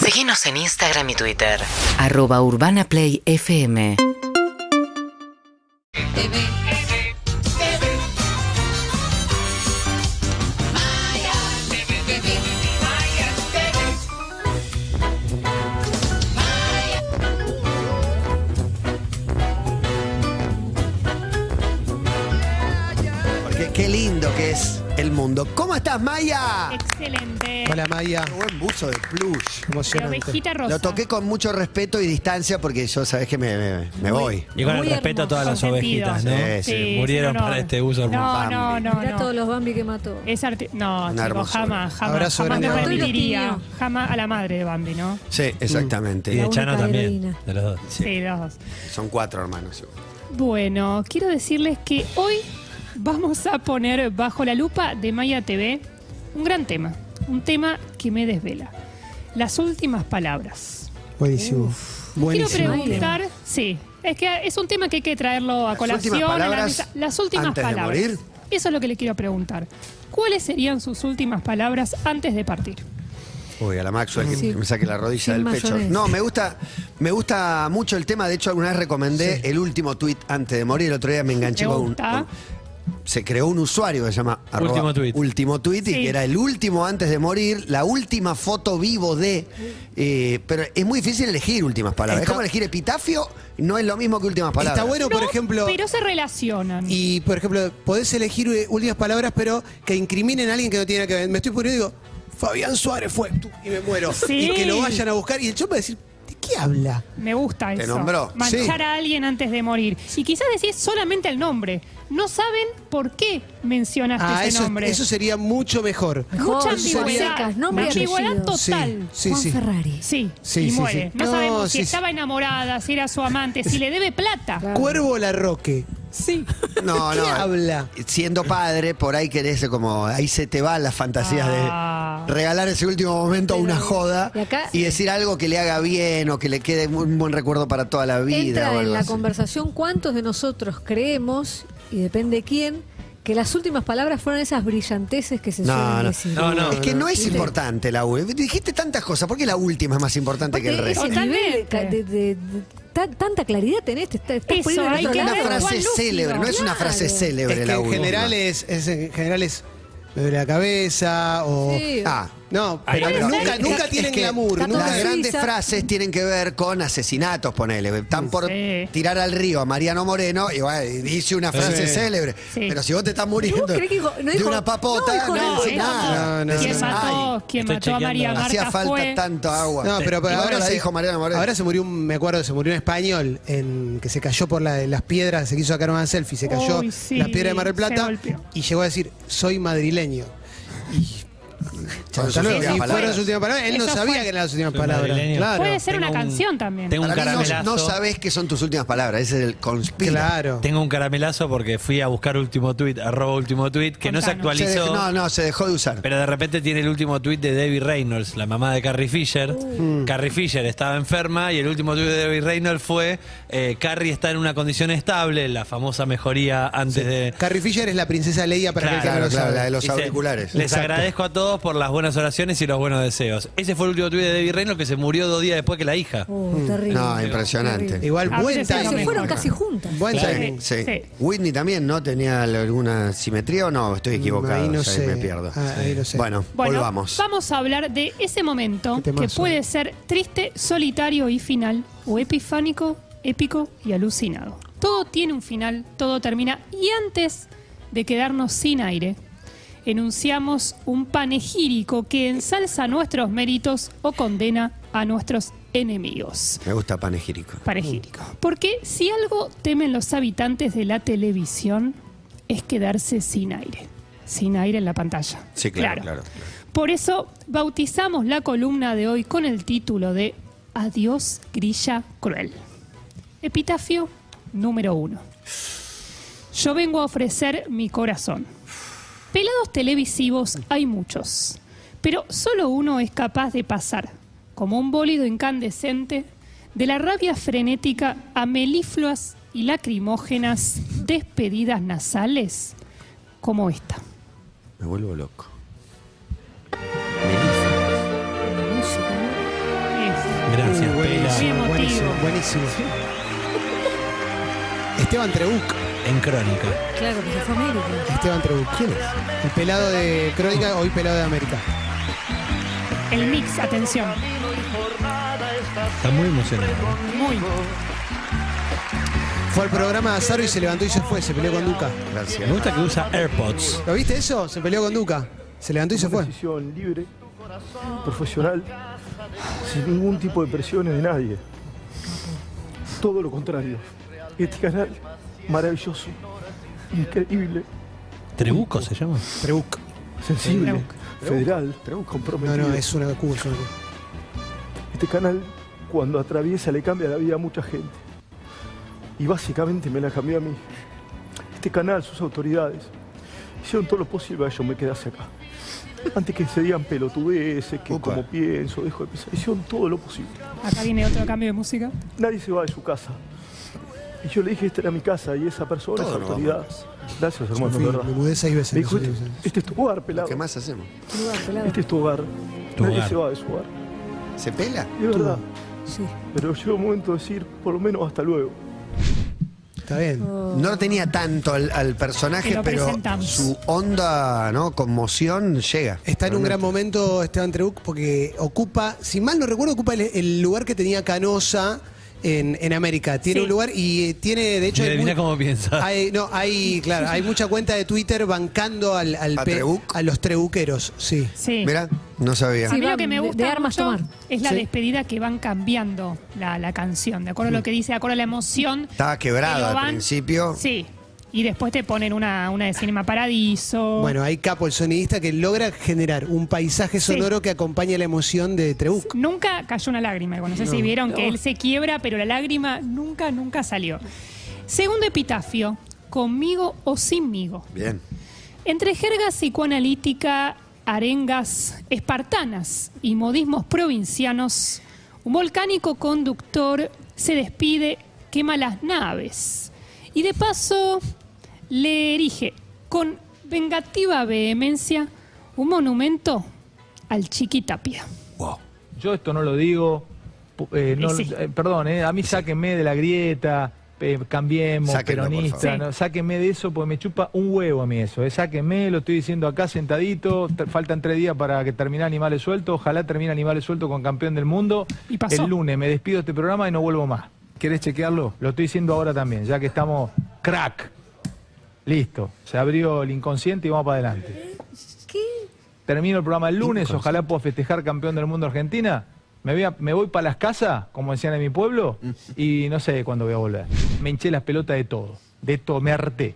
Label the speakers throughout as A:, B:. A: Seguinos en Instagram y Twitter.
B: Arroba Urbana Play FM.
C: Porque qué lindo que es el mundo. ¿Cómo estás, Maya?
D: Excelente.
E: Hola Maya,
C: Qué buen buzo de plush.
D: La
E: emocionante.
D: ovejita rosa.
C: Lo toqué con mucho respeto y distancia porque yo sabés que me, me- me voy.
E: Y con
D: Muy
E: el respeto a todas las
D: hermoso, consentido.
E: ovejitas,
C: Sí,
E: ¿no?
C: sí,
D: es
E: murieron
D: un honor.
E: para este uso hermoso.
D: No, no, no.
F: Mirá
D: no.
F: todos los Bambi que mató.
D: Es arti- no,
C: Una
D: chico,
C: hermosura.
D: jamás, jamás,
E: Abrazo
D: jamás me
E: grande.
D: permitiría.
F: Todo
D: Jamás a la madre de Bambi, ¿no?
C: Sí, exactamente.
E: Y de
F: única
E: Chano también,
F: heroína.
E: de los dos.
D: Sí, los dos.
C: Son cuatro hermanos.
D: Bueno, quiero decirles que hoy vamos a poner bajo la lupa de Maya TV un gran tema, un tema que me desvela. Las últimas palabras.
E: Buenísimo.
D: Quiero
E: Buenísimo.
D: preguntar, sí, es que es un tema que hay que traerlo a
C: Las
D: colación.
C: últimas
D: a la
C: palabras
D: mesa. Las últimas
C: antes de
D: palabras.
C: morir.
D: Eso es lo que le quiero preguntar. ¿Cuáles serían sus últimas palabras antes de partir?
C: Uy, a la Maxwell que
F: Sí.
C: me saque la rodilla
F: Sin
C: del pecho.
F: mayonesa.
C: No, me gusta, me gusta mucho el tema. De hecho, alguna vez recomendé el último tweet antes de morir. El otro día me enganché
D: Me
C: con un,
D: gusta.
C: con- Se creó un usuario que se llama
E: Último
C: arroba
E: tweet.
C: Último tweet y
D: Sí.
C: que era el último antes de morir, la última foto vivo de. eh, pero es muy difícil elegir últimas palabras. es
E: Está-
C: como elegir epitafio, no es lo mismo que últimas palabras.
E: Está bueno, por
D: No,
E: ejemplo,
D: Pero se relacionan.
E: y por ejemplo, podés elegir eh, últimas palabras, pero que incriminen a alguien que no tiene nada que ver. Me estoy poniendo y digo, Fabián Suárez fue tú, y me muero.
D: Sí.
E: Y que lo vayan a buscar. Y el chompa va a decir, ¿de qué habla?
D: Me gusta
C: Te
D: eso.
C: nombró.
D: Manchar
C: Sí.
D: a alguien antes de morir. Y quizás decís solamente el nombre. No saben por qué mencionaste
E: Ah,
D: ese
E: eso,
D: este nombre. Ah.
E: eso sería mucho mejor.
D: Mucha
F: Mejor,
D: ambigüedad.
F: secas, nombre y
D: ambigüedad
F: apellido.
D: total.
E: Sí, sí,
F: Juan
E: sí.
F: Ferrari.
D: Sí,
E: Sí,
D: y
E: sí,
D: muere.
E: sí.
D: No,
E: No,
D: sabemos si
E: sí, sí.
D: estaba enamorada, si era su amante, si le debe plata.
E: Cuervo Larroque.
D: Sí.
C: No,
E: ¿De
C: no.
E: qué habla?
C: Siendo padre, por ahí querés como. Ahí se te van las fantasías
D: Ah.
C: de regalar ese último momento a una joda
F: y acá-
C: y decir algo que le haga bien o que le quede un buen recuerdo para toda la vida. o
F: Entra
C: algo
F: en la
C: así.
F: conversación cuántos de nosotros creemos, y depende quién, que las últimas palabras fueron esas brillanteces que se
C: No,
F: suelen
C: no.
F: decir.
E: No, no,
C: Es que no es
F: ¿Viste?
C: importante la U. eh. Dijiste tantas cosas. ¿Por qué la última es más importante que el
F: Aparte,
C: resto?
F: ese nivel de ca-
D: Totalmente.
F: de- de- de- ta- tanta claridad tenés, te está- estás
D: Eso,
F: poniendo en
D: hay
F: otro
D: que
C: Una
F: lado.
D: ver cuál
C: frase
D: lúcido.
C: célebre. No es una
F: Claro.
C: frase
E: Es
C: célebre
E: que
C: la
E: en
C: última.
E: general es, es- en general es me duele la cabeza o
F: Sí.
C: Ah.
E: no,
C: Ahí
E: pero
C: está.
E: nunca,
C: Es
E: nunca
C: que-
E: tienen
C: es que
E: glamour,
F: está todo
E: nunca
C: Las
F: Sí,
C: grandes
F: sa-
C: frases tienen que ver con asesinatos, ponele. Están por
D: Sí.
C: tirar al río a Mariano Moreno y bueno, y dice una frase
E: Sí.
C: célebre.
D: Sí.
C: Pero si vos te estás
F: ¿Y
C: muriendo
F: vos creés que dijo- no
C: de
F: dijo-
C: una papota, no,
F: no dijo nada,
C: dice
F: ¿eh?
C: nada.
E: Ah, No, no,
D: ¿Quién
E: no.
D: mató,
C: Ay,
D: quién
E: estoy
D: mató a
E: chequeando.
D: María Marta
C: Hacía falta
D: fue?
C: tanto agua.
E: No, pero, pero
C: Igual
E: ahora,
C: la
E: se,
C: dijo Mariano Moreno.
E: ahora se murió un, me acuerdo, se murió un español en, que se cayó por la- las piedras, se quiso sacar una selfie, se cayó
D: Uy, sí,
E: las piedras de Mar
D: se
E: del Plata
D: golpeó.
E: y llegó a decir, soy madrileño.
C: Son sus
E: Hasta luego.
C: últimas
E: y
C: palabras.
E: fueron sus últimas palabras, él no
D: Eso
E: sabía
D: fue.
E: que eran las últimas
G: Soy
E: palabras.
G: madrileño.
E: Claro,
D: Puede ser
G: Tengo
D: una
G: un-
D: canción también.
G: tengo un
C: Para mí no,
G: caramelazo.
C: no sabés que son tus últimas palabras. Ese es el conspira.
E: claro.
G: Tengo un caramelazo porque fui a buscar último tweet, arroba último tweet, que no se
D: Contanos.
C: Se dejó- no,
G: actualizó.
C: no, se dejó de usar.
G: Pero de repente tiene el último tweet de Debbie Reynolds, la mamá de Carrie Fisher.
C: Mm.
G: Carrie Fisher estaba enferma y el último tweet de Debbie Reynolds fue: eh, Carrie está en una condición estable, la famosa mejoría antes de.
E: Carrie Fisher es la princesa Leia para
G: Claro,
E: aquel que no
C: claro,
E: lo
C: claro,
E: sabe.
C: la de los
G: Dice,
C: auriculares.
G: Les
E: Exacto.
G: agradezco a todos por las buenas oraciones y los buenos deseos. Ese fue el último tweet de Debbie Reynolds que se murió dos días después que la hija.
F: Oh, terrible.
C: No, impresionante.
E: Igual,
D: A
E: buen
D: veces sí, lo
F: Pero se
E: timing.
D: mejor.
F: fueron casi juntas.
E: Buen
C: Sí,
E: timing.
C: sí.
D: Sí.
C: Whitney también, ¿no? ¿Tenía alguna simetría o no? Estoy equivocado.
E: Ahí no
C: o sea,
E: sé.
C: me pierdo.
E: Ah, ahí no sé.
C: Bueno,
D: Bueno,
C: volvamos.
D: vamos a hablar de ese momento
E: Qué
D: que
E: temazo. eh.
D: puede ser triste, solitario y final, o epifánico, épico y alucinado. Todo tiene un final, todo termina, y antes de quedarnos sin aire, enunciamos un panegírico que ensalza nuestros méritos o condena a nuestros enemigos
C: Me gusta panegírico.
D: panegírico. Mm. Porque si algo temen los habitantes de la televisión es quedarse sin aire. Sin aire en la pantalla.
C: Sí, claro, claro, claro.
D: Por eso bautizamos la columna de hoy con el título de Adiós, grilla cruel. Epitafio número uno. Yo vengo a ofrecer mi corazón. Pelados televisivos hay muchos, pero solo uno es capaz de pasar, como un bólido incandescente, de la rabia frenética a melifluas y lacrimógenas despedidas nasales como esta.
C: Me vuelvo loco.
F: Música, ¿no?
D: Eh, muy
E: Buenísimo,
D: emotivo.
E: buenísimo, buenísimo. Esteban Trebuc.
G: En crónica.
F: Claro, porque fue América.
E: Esteban Trebuc. ¿Quién es? El pelado de Crónica, hoy pelado de América.
D: El mix, atención.
G: Está muy emocionado.
D: Muy.
E: Fue al programa de Azaro y se levantó y se fue, se peleó con Duca.
G: Me
C: Gracias.
G: gusta que usa AirPods.
E: ¿Lo viste eso? Se peleó con Duca. Se levantó y se fue.
H: decisión libre, profesional, sin ningún tipo de presiones de nadie. Todo lo contrario. Este canal, maravilloso, increíble,
G: Trebuco se llama.
E: Trebuc.
H: sensible,
D: Treuc.
H: federal,
E: No,
H: comprometido.
E: no, es una locura. es una locura.
H: Este canal, cuando atraviesa, le cambia la vida a mucha gente. Y básicamente me la cambió a mí. Este canal, sus autoridades, hicieron todo lo posible para que yo me quedase acá. Antes que se digan pelotudeces, que
C: Upa.
H: como pienso, dejo de pensar, hicieron todo lo posible.
D: Acá viene otro cambio de música.
H: Nadie se va de su casa. Y yo le dije, esta era mi casa y esa persona,
C: Todos
H: esa
C: nos
H: autoridad. Gracias,
E: Yo
H: hermano,
E: fui,
H: de
E: me
H: verdad.
E: mudé seis veces.
H: Me dijo,
E: no sé
H: este,
E: qué hacer.
H: este es tu hogar, pelado.
C: ¿Qué más hacemos?
F: Lugar, pelado.
H: Este es tu hogar.
G: Tu
H: Nadie
G: hogar.
H: se va de su hogar.
C: ¿Se pela?
H: Y es verdad.
F: Sí.
H: Pero llegó un momento de decir, por lo menos hasta luego.
E: Está bien.
C: No lo tenía tanto al, al
D: Te
C: personaje,
D: lo
C: pero
D: presentamos.
C: su onda, ¿no? Conmoción llega.
E: Está en un gran momento Esteban Trebuc porque ocupa, si mal no recuerdo, ocupa el, el lugar que tenía Canosa en, en América. Tiene
D: Sí.
E: un lugar y eh, tiene, de hecho,
G: Y
E: hay,
G: adivina
E: mu-
G: cómo piensa.
E: hay- no, hay, claro, hay mucha cuenta de Twitter bancando al, al
C: ¿A
E: pe-
C: Trebuc?
E: a los trebuqueros, sí.
D: Sí.
C: Mirá, no sabía.
D: A mí
F: Sí,
D: lo
F: van
D: que me
F: de-
D: gusta
F: de armas
D: mucho
F: tomar.
D: es la
E: Sí.
D: despedida que van cambiando la, la canción. De acuerdo a lo que dice, de acuerdo a la emoción.
C: Estaba quebrada
D: Pero
C: al
D: van-
C: principio.
D: Sí. Y después te ponen una, una de Cinema Paradiso.
E: Bueno, hay capo el sonidista que logra generar un paisaje sonoro que acompaña la emoción de Trebuc.
D: Nunca cayó una lágrima. igual. No sé si vieron que él se quiebra, pero la lágrima nunca, nunca salió. Segundo epitafio, conmigo o sinmigo.
C: Bien.
D: Entre jerga psicoanalítica, arengas espartanas y modismos provincianos, un volcánico conductor se despide, quema las naves y de paso le erige con vengativa vehemencia un monumento al Chiquitapia.
I: Yo esto no lo digo. pu- eh, no-
D: Y sí.
I: eh, perdón, eh, a mí sáquenme de la grieta, eh, cambiemos,
C: Sáquenlo, por
I: peronista,
D: favor.
I: no, sáquenme de eso, porque me chupa un huevo a mí eso. eh, sáquenme, lo estoy diciendo acá sentadito, te- faltan tres días para que termine Animales Sueltos, ojalá termine Animales Sueltos con campeón del mundo.
D: Y pasó.
I: El lunes me despido de este programa y no vuelvo más. ¿Querés chequearlo? Lo estoy diciendo ahora también, ya que estamos crack. Listo, se abrió el inconsciente y vamos para adelante. Termino el programa el lunes, ojalá pueda festejar campeón del mundo Argentina. Me voy, a- me voy para las casas, como decían en mi pueblo, y no sé cuándo voy a volver. Me hinché las pelotas de todo, de todo, me harté.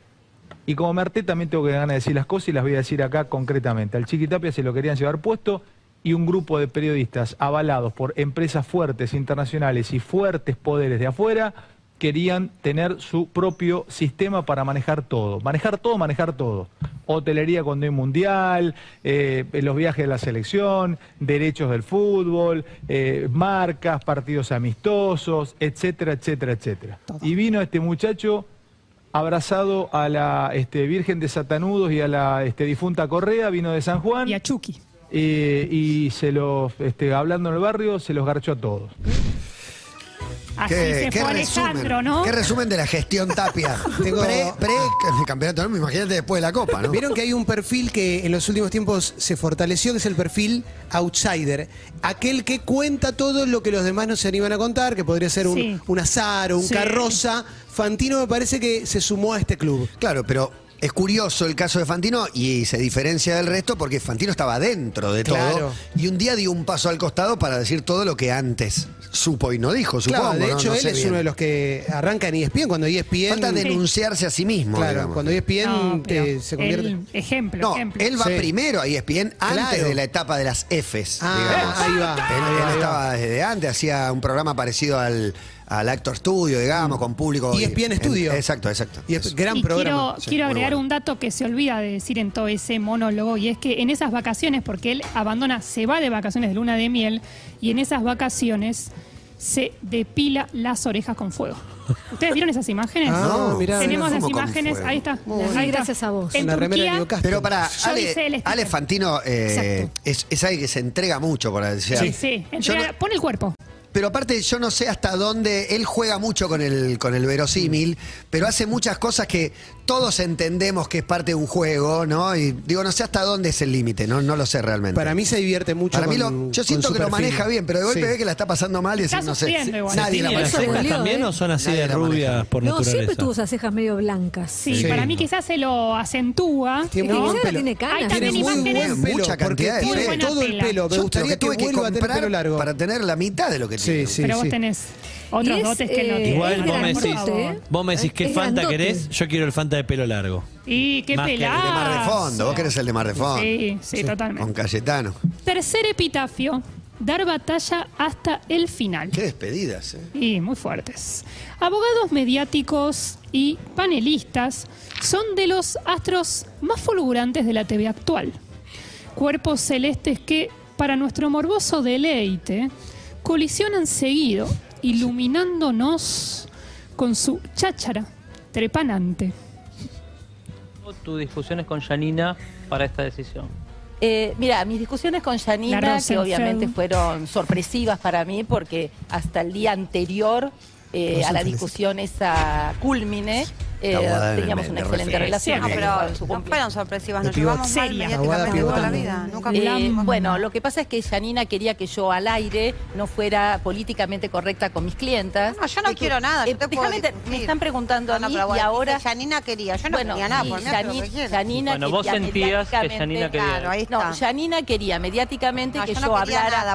I: Y como me harté, también tengo que ganas de decir las cosas y las voy a decir acá concretamente. Al Chiqui Tapia se lo querían llevar puesto y un grupo de periodistas avalados por empresas fuertes internacionales y fuertes poderes de afuera querían tener su propio sistema para manejar todo. Manejar todo, manejar todo. Hotelería cuando hay mundial, eh, los viajes de la selección, derechos del fútbol, eh, marcas, partidos amistosos, etcétera, etcétera, etcétera. Y vino este muchacho abrazado a la este, Virgen de Satanudos y a la este, difunta Correa, vino de San Juan.
D: Y a Chucky.
I: Eh, y se los, este, hablando en el barrio, se los garchó a todos.
D: Así
C: ¿Qué,
D: se
C: qué
D: fue Alejandro,
C: resumen,
D: ¿no?
C: qué resumen de la gestión Tapia.
E: Tengo-
C: Pre, pre campeonato, ¿no? imagínate después de la Copa, ¿no?
E: Vieron que hay un perfil que en los últimos tiempos se fortaleció, que es el perfil outsider. Aquel que cuenta todo lo que los demás no se animan a contar, que podría ser un,
D: Sí.
E: un azar o un
D: Sí.
E: carroza. Fantino me parece que se sumó a este club.
C: Claro, pero es curioso el caso de Fantino y se diferencia del resto porque Fantino estaba dentro de
E: Claro.
C: todo y un día dio un paso al costado para decir todo lo que antes supo y no dijo, supongo.
E: claro, de
C: ¿no?
E: hecho
C: No
E: él
C: sé
E: es
C: bien.
E: uno de los que arranca en E ESPN cuando ESPN...
C: Falta denunciarse a sí mismo.
E: claro,
C: digamos.
E: cuando E ESPN
D: No, pero
E: te- se convierte...
D: él- ejemplo,
C: No,
D: ejemplo.
C: él va
E: Sí.
C: primero a E ESPN antes
E: Claro.
C: de la etapa de las Fs.
E: Ah,
C: digamos.
E: ahí va,
C: Él,
E: ahí
C: él
E: va, ahí
C: estaba desde antes, hacía un programa parecido al, al Actor Studio,
E: Mm.
C: digamos, con público.
E: ESPN
C: en-
E: Studio. E
C: exacto, exacto.
E: Y es gran
D: y
E: programa.
D: Quiero,
C: Sí,
D: quiero
C: muy
D: agregar
C: bueno.
D: un dato que se olvida de decir en todo ese monólogo, y es que en esas vacaciones, porque él abandona, se va de vacaciones de luna de miel, y en esas vacaciones se depila las orejas con fuego. ¿Ustedes vieron esas imágenes?
E: Ah,
C: No, mirá,
D: Tenemos
C: mirá.
D: las
C: ¿Cómo con
D: imágenes,
C: fuego?
D: ahí está.
E: Muy
D: ahí
E: bien.
D: está.
F: Gracias a vos.
D: En
E: Una remera de
D: Turquía,
E: Biocast.
C: Pero para
D: Yo hice el
C: Ale,
D: sticker.
C: Ale Fantino eh,
F: Exacto.
C: es, es alguien que se entrega mucho por decir.
D: sí, sí, entrega-
C: Yo no-
D: pone el cuerpo.
C: Pero aparte, yo no sé hasta dónde. Él juega mucho con el, con el verosímil, pero hace muchas cosas que todos entendemos que es parte de un juego, ¿no? Y digo, no sé hasta dónde es el límite, no, no lo sé realmente.
E: Para mí se divierte mucho.
C: Para mí lo-
E: con-
C: yo
E: con
C: siento
E: su
C: que lo
E: perfil.
C: maneja bien, pero de golpe
E: Sí.
C: ve que la está pasando mal y
D: Está
C: decís, no sé.
D: sufriendo igual.
C: Nadie la
G: ¿Tiene las
C: maneja.
F: me
G: cejas
F: dolió,
G: también
F: ¿eh?
G: o son así
C: Nadie
G: de
C: la maneja.
G: rubias por
F: No,
G: naturaleza?
F: siempre tuvo esas cejas medio blancas.
D: Sí,
E: Sí.
D: para mí quizás se lo acentúa.
E: Tiene
F: Es que
E: muy
D: ¿no?
E: buen
F: quizás
E: pelo.
F: tiene canas.
D: Ahí
E: Tiene
D: también
E: muy
D: imagen
E: buen
D: es-
E: pelo,
C: mucha
E: porque
C: cantidad de
E: tiene
D: pelo.
E: todo el
D: Buena
E: pelo. Me
C: Yo
E: gustaría
C: creo
E: que
C: tuve que
E: vuelva a tener
C: comprar
E: pelo largo.
C: para tener la mitad de lo que tiene.
E: Sí, sí,
D: Pero
E: sí.
D: vos tenés
F: Y
D: otros
F: es,
D: dotes que no
F: eh,
D: tiene.
G: Igual
F: Es
G: vos me,
F: grandote,
G: decís,
F: ¿eh?
G: vos me decís qué
F: Es
G: Fanta
F: grandote.
G: querés, yo quiero el Fanta de pelo largo.
D: Y qué
G: Más que el de
D: pelada.
C: El de Mar de Fondo, vos querés el de Mar de Fondo.
D: Sí, sí,
C: Con
D: totalmente.
C: Cayetano.
D: Tercer epitafio, dar batalla hasta el final.
C: Qué despedidas, eh.
D: Y muy fuertes. Abogados mediáticos y panelistas son de los astros más fulgurantes de la TV actual. Cuerpos celestes que, para nuestro morboso deleite, colisionan seguido, iluminándonos con su cháchara trepanante.
J: Tus discusiones con Janina para esta decisión.
K: Eh, mira, mis discusiones con
D: La
K: Janina, que
D: Rosenfeld.
K: obviamente fueron sorpresivas para mí, porque hasta el día anterior eh, a la discusión esa culmine, eh,
C: La abogada en el
K: teníamos
C: me-
K: una
C: de referencia.
K: excelente relación.
C: Sí, no,
K: Fue en su cumpleaños.
E: De pivot.
D: Seria.
E: Abogada pivotando.
K: Eh, bueno, lo que pasa es que Janina quería que yo al aire no fuera políticamente correcta con mis clientas. Eh, No, yo no quiero nada. me están preguntando a mí y ahora. Janina quería, yo no quería nada. Por Janina
J: Bueno, vos
K: quería
J: sentías que
K: mediáticamente-
J: Janina quería. Claro, ahí
K: No, Janina quería mediáticamente que yo, hablara.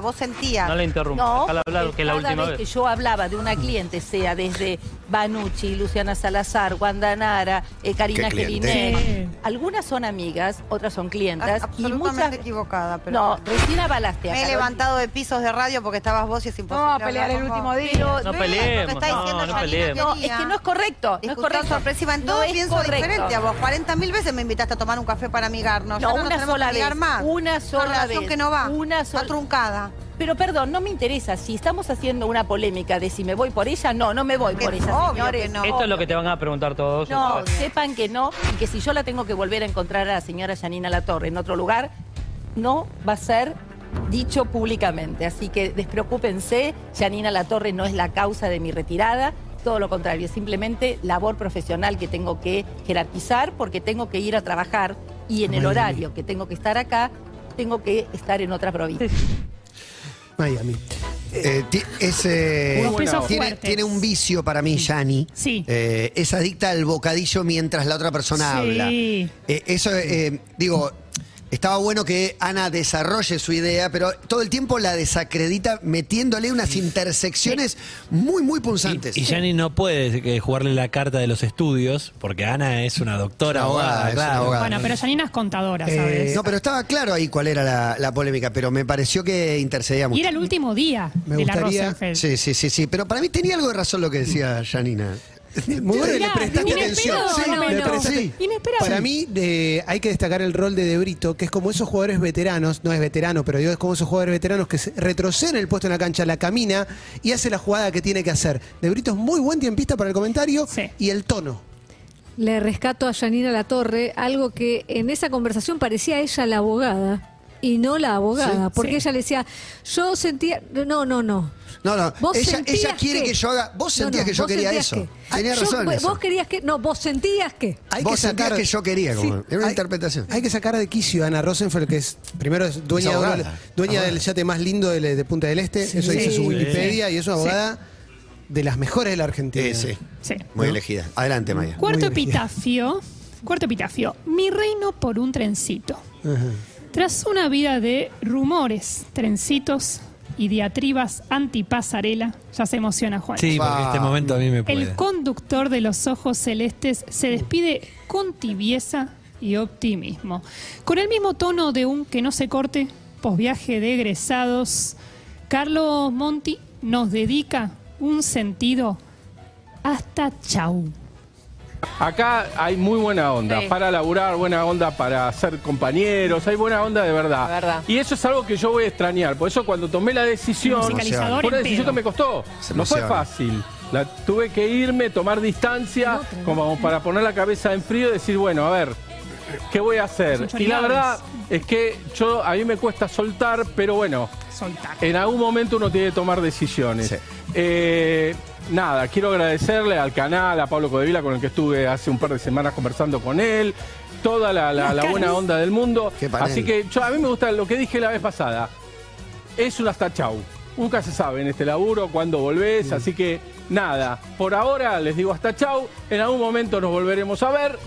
J: No la interrumpas,
K: No,
J: dejala hablar,
K: porque
J: que es la
K: cada
J: última
K: vez que
J: vez.
K: yo hablaba de una cliente, sea desde Banucci, Luciana Salazar, Wanda Nara, eh, Karina
C: ¿Qué cliente?
K: Geriné,
D: Sí.
K: algunas son amigas, otras son clientas. absolutamente equivocada. Pero no, recién avalaste a Me he levantado de pisos de radio porque estabas vos y es imposible. No, a pelear el último día.
J: No peleemos, no, no peleemos.
K: No, es que no es correcto. No es correcto. sorpresiva en todo, pienso diferente a vos. 40 mil veces me invitaste a tomar un café para amigarnos. No, una sola vez. Una sola vez. que no va. Una sola. truncada. Pero perdón, no me interesa. Si estamos haciendo una polémica de si me voy por ella, no, no me voy por ella, señores.
J: Esto es lo que te van a preguntar todos.
K: No, sepan que no y que si yo la tengo que volver a encontrar a la señora Janina Latorre en otro lugar, no va a ser dicho públicamente. Así que despreocúpense, Janina Latorre no es la causa de mi retirada. Todo lo contrario, es simplemente labor profesional que tengo que jerarquizar porque tengo que ir a trabajar y en el
E: Miami.
K: horario que tengo que estar acá, tengo que estar en otra provincia.
E: Miami.
C: Eh, ti- es, eh,
D: Unos pesos
C: tiene,
D: fuertes.
C: tiene un vicio para mí, Yani.
D: Sí.
C: Eh, es adicta al bocadillo mientras la otra persona
D: Sí.
C: habla. Eh, eso, eh, digo, estaba bueno que Ana desarrolle su idea, pero todo el tiempo la desacredita metiéndole unas intersecciones muy, muy punzantes.
G: Y Yanni no puede eh, jugarle la carta de los estudios, porque Ana es una doctora
C: Una abogada,
G: abogada,
C: es una
G: claro.
C: abogada.
D: Bueno, pero Janina es contadora,
E: Eh,
D: ¿sabes?
C: no, pero estaba claro ahí cuál era la, la polémica, pero me pareció que intercedía
D: y
C: mucho.
D: era el último día
E: Me
D: de la
E: gustaría-
D: Rosenfeld.
C: Sí, sí, sí, sí. Pero para mí tenía algo de razón lo que decía Janina.
E: Muy bueno, le
D: Mirá,
E: prestaste
D: inesperado,
E: atención.
D: no,
E: le
D: no.
E: prestaste-
D: Inesperado.
E: Para mí de- hay que destacar el rol de De Brito, que es como esos jugadores veteranos, no es veterano, pero digo, es como esos jugadores veteranos que se- retroceden el puesto en la cancha, la camina y hace la jugada que tiene que hacer. De Brito es muy buen tiempista para el comentario
D: Sí.
E: y el tono.
F: Le rescato a Janina La Torre algo que en esa conversación parecía ella la abogada y no la abogada, porque
D: Sí.
F: ella le decía, yo sentía, no, no, no.
C: No, no.
F: Vos
C: Ella,
F: sentías
C: ella quiere que... yo haga. Vos
F: No,
C: sentías
F: no,
C: que yo
F: vos
C: quería
F: sentías
C: eso.
F: que-
C: Tenía
F: Ah, yo-
C: razón.
F: vos-
C: eso.
F: Vos querías que, no, vos sentías que.
E: Hay
C: Vos
E: que
C: sentías
E: sacar
C: que yo quería, como- era una
E: Hay-
C: interpretación.
E: Hay que sacar de quicio a Ana Rosenfeld, que es primero es dueña,
C: Es
E: de uno-
C: abogada.
E: dueña del
C: Abogada.
E: yate más lindo de, de Punta del Este, eso dice su
D: Sí.
E: Wikipedia, y es una abogada de las mejores de la Argentina.
C: Eh, sí.
D: Sí.
C: Muy elegida. Adelante, Maya.
D: Cuarto
E: Muy bien.
D: epitafio. Cuarto epitafio. Mi reino por un trencito.
E: Ajá.
D: Tras una vida de rumores, trencitos y diatribas antipasarela, ya se emociona Juan.
G: Sí, porque este momento a mí me puede.
D: El conductor de los ojos celestes se despide con tibieza y optimismo. Con el mismo tono de un que no se corte, posviaje de egresados, Carlos Monti nos dedica un sentido hasta chau.
J: Acá hay muy buena onda para laburar, buena onda para ser compañeros, hay buena onda de verdad.
K: La verdad.
J: Y eso es algo que yo voy a extrañar, por eso cuando tomé la decisión,
D: Musicalizador
J: fue una
D: en
J: decisión que
D: pedo.
J: me costó,
C: Se
J: no fue
C: emociona.
J: fácil. La, tuve que irme, tomar distancia,
F: No, pero-
J: como para poner la cabeza en frío y decir, bueno, a ver, ¿Qué voy a hacer?
K: Son
J: Y la
K: chorigaves.
J: verdad es que yo a mí me cuesta soltar, pero bueno, en algún momento uno tiene que tomar decisiones. Eh, nada, quiero agradecerle al canal, a Pablo Codevila, con el que estuve hace un par de semanas conversando con él, toda la, la-
L: Las
J: la buena
L: caras.
J: onda del mundo.
L: Qué panel.
J: Así que yo, a mí me gusta lo que dije la vez pasada. Es un hasta chau. Nunca se sabe en este laburo cuándo volvés, así que nada, por ahora les digo hasta chau, en algún momento nos volveremos a ver.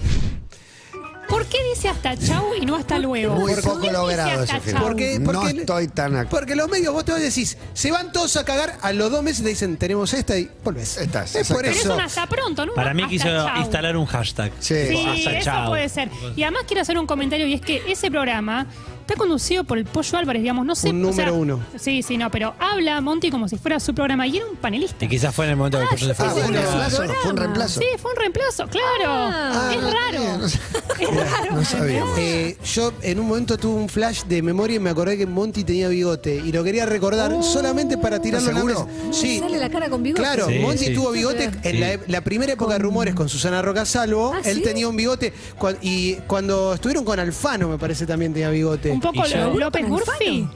D: ¿Por qué dice hasta chau y no hasta luego?
C: Muy
D: ¿Por
C: poco
D: qué
C: logrado
D: dice
C: ese
D: hasta
C: film.
D: chau?
C: no estoy tan ac-
E: Porque los medios, vos te vas y decís, se van todos a cagar, a los dos meses te dicen, tenemos esta y volvés. es por
D: Pero es
E: eso.
D: un hasta pronto, ¿no?
G: Para mí
D: Hasta
G: quiso
D: chau.
G: instalar un hashtag.
D: Sí,
G: Tipo, hasta
D: eso
G: chau.
D: puede ser. Y además quiero hacer un comentario y es que ese programa está conducido por el Pollo Álvarez, digamos, no sé.
G: Un
D: o sea,
G: número uno.
D: Sí, sí, no, pero habla Monty como si fuera su programa y era un panelista.
G: Y quizás fue en el momento que el pollo se fue.
D: Ah,
C: fue un reemplazo, fue un reemplazo.
D: Sí, fue un reemplazo, claro.
E: Ah.
D: es
E: Ah,
D: raro.
E: No sabíamos. Eh, yo en un momento tuve un flash de memoria y me acordé que Monty tenía bigote y lo quería recordar
C: Oh.
E: solamente para tirarlo a la
F: ¿Seguro?
E: mesa. Sí.
F: Sale la cara con bigote.
E: Claro, Monty tuvo bigote en la, la primera época de rumores con Susana Roca Salvo.
F: Ah,
E: él
F: ¿sí?
E: tenía un bigote. Cua- y cuando estuvieron con Alfano, me parece, también tenía bigote. Un
D: poco Y ya- lo- López Murphy.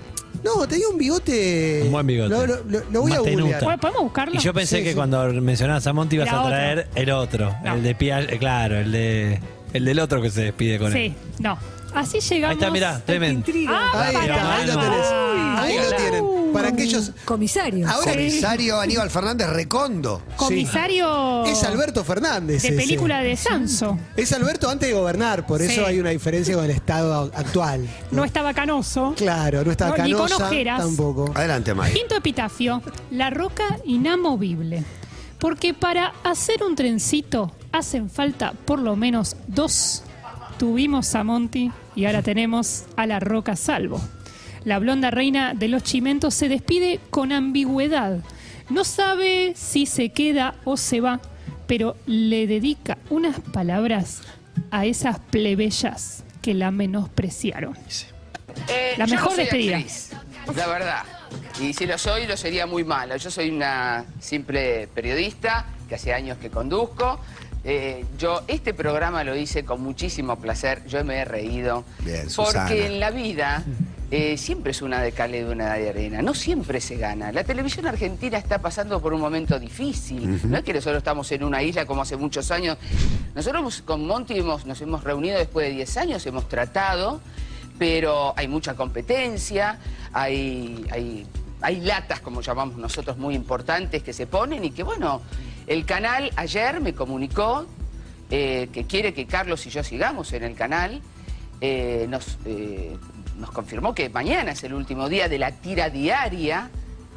E: No, tenía un bigote.
G: Un buen bigote.
E: Lo, lo- lo- lo voy
G: Más
E: a googlear.
G: tenuta. Bueno,
D: ¿Podemos buscarlo?
G: Y yo pensé
E: Sí,
G: que
E: sí.
G: cuando mencionabas a Monty ibas
D: Era
G: a
D: otro.
G: traer el otro, el de Piaget, eh, claro, el de el del otro que se despide con él.
D: Sí, no. Así llegamos.
G: Ahí está, mirá, tremendo.
D: Ah,
E: Ahí
D: para
E: está, ahí lo
D: Álvarez.
E: tenés. Ahí lo tienen. Para aquellos.
F: Comisario.
C: Ah.
E: Ahora-
C: Comisario Aníbal Fernández Recondo.
D: Comisario.
E: Es Alberto Fernández.
D: De
E: ese.
D: película de Sanso.
E: Es Alberto antes de gobernar, por eso
D: Sí.
E: hay una diferencia con el estado actual.
D: No estaba canoso.
E: Claro, no está
D: No, ni con
E: canosa
D: ojeras.
E: tampoco.
C: Adelante, Mike.
D: Quinto epitafio, la roca inamovible. Porque para hacer un trencito hacen falta por lo menos dos. Tuvimos a Monty y ahora tenemos a la roca salvo. La blonda reina de los chimentos se despide con ambigüedad. No sabe si se queda o se va, pero le dedica unas palabras a esas plebeyas que la menospreciaron. La
M: yo
D: mejor
M: soy
D: despedida.
M: actriz, la verdad. Y si lo soy, lo sería muy malo. Yo soy una simple periodista que hace años que conduzco. Eh, yo este programa lo hice con muchísimo placer. Yo me he reído.
C: Bien, Susana.
M: Porque en la vida eh, siempre es una de cal y una de arena. No siempre se gana. La televisión argentina está pasando por un momento difícil.
N: Ujú.
M: No es que nosotros estamos en una isla como hace muchos años. Nosotros hemos- con Monty hemos- nos hemos reunido después de 10 años, hemos tratado, pero hay mucha competencia, hay, hay, hay latas, como llamamos nosotros, muy importantes que se ponen y que, bueno, el canal ayer me comunicó eh, que quiere que Carlos y yo sigamos en el canal eh, nos, eh, nos confirmó que mañana es el último día de la tira diaria.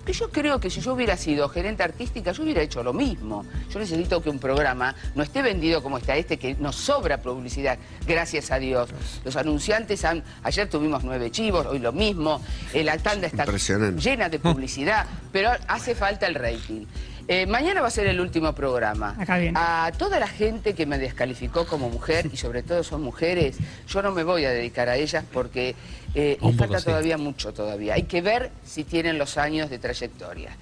M: Que yo creo que si yo hubiera sido gerente artística, yo hubiera hecho lo mismo. Yo necesito que un programa no esté vendido como está este, que nos sobra publicidad, gracias a Dios. Los anunciantes han. Ayer tuvimos nueve chivos, hoy lo mismo. Eh, la tanda está
C: Impresionante.
M: llena de publicidad, pero hace falta el rating. Eh, mañana va a ser el último programa. A toda la gente que me descalificó como mujer, y sobre todo son mujeres, yo no me voy a dedicar a ellas porque eh, les
G: Un poco
M: falta
G: sí.
M: todavía mucho todavía. Hay que ver si tienen los años de trayectoria.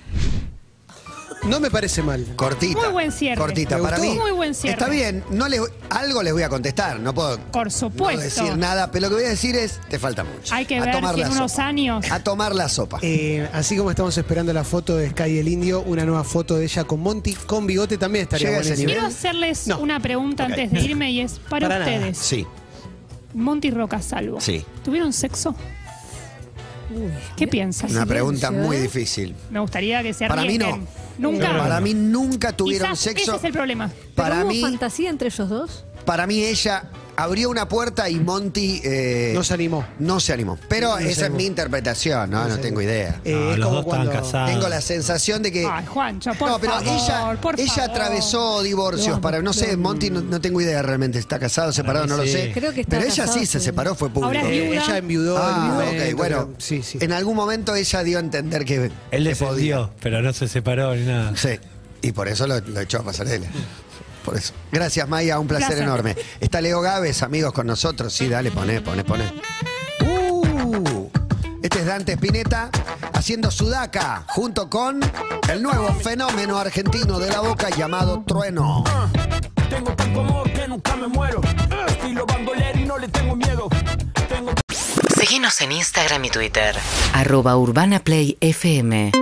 E: No me parece mal.
C: Cortita.
D: Muy buen cierre.
C: Cortita,
D: Me
C: para
D: gustó.
C: mí.
D: Muy buen cierre.
C: Está bien, no les, algo les voy a contestar, no puedo
D: Por
C: no
D: supuesto.
C: decir nada, pero lo que voy a decir es, te falta mucho.
D: Hay que
C: A
D: ver
C: tomar
D: si
C: la
D: en unos
C: sopa.
D: años.
C: A tomar la sopa.
E: Eh, así como estamos esperando la foto de Sky el Indio, una nueva foto de ella con Monty, con bigote también estaría
C: Llega a ese
E: buenísimo.
D: Quiero hacerles
E: No.
D: una pregunta
E: Ok.
D: antes de irme y es para,
E: Para nada.
D: ustedes.
C: Sí,
D: Monty Roca Salvo.
C: sí.
D: ¿Tuvieron sexo? ¿Qué piensas?
C: Una pregunta
F: ¿eh?
C: muy difícil.
D: Me gustaría que se
C: Para mí
D: arriesguen.
C: no.
D: Nunca.
C: Para mí nunca tuvieron
D: Quizás
C: sexo.
D: Ese es el problema.
C: Para
F: ¿Hubo
C: mí,
F: fantasía entre ellos dos?
C: para mí ella abrió una puerta y Monty eh,
E: No se animó.
C: no se animó. Pero
E: No se
C: esa es
E: animó.
C: mi interpretación, no, no, tengo idea.
E: Eh, es como cuando-
C: Tengo la sensación de que
D: Ay, Juancho, por
C: Eh, No, pero
D: favor,
C: ella,
D: por
C: ella
D: favor.
C: atravesó divorcios
D: Lo
C: para, no sé, Monty, no, no tengo idea realmente, está casado, separado,
E: mí
C: no lo
E: sí.
C: sé.
E: Creo que está
C: pero ella
E: casado,
C: sí se
E: sí.
C: separó, fue público.
E: Ahora es Eh, viuda. ella enviudó en un
C: Ah, ok,
E: momento,
C: bueno.
E: creo. Sí, sí.
C: En algún momento ella dio a entender que
G: Él
C: que podía.
G: descendió, pero no se separó ni nada.
C: Sí, y por eso lo, lo echó a Pasarela. Por eso. Gracias, Maya, un placer,
D: Placer.
C: enorme. Está Leo Gávez, amigos con nosotros. Sí, dale, poné, poné, poné. Uh, este es Dante Spinetta haciendo Sudaca junto con el nuevo fenómeno argentino de la boca llamado Trueno.
O: Te
H: Tengo tanto amor que nunca me muero. Estilo bandolero y no le tengo miedo. Tengo.
K: Síguenos en Instagram y Twitter.
M: arroba urbanaplayfm.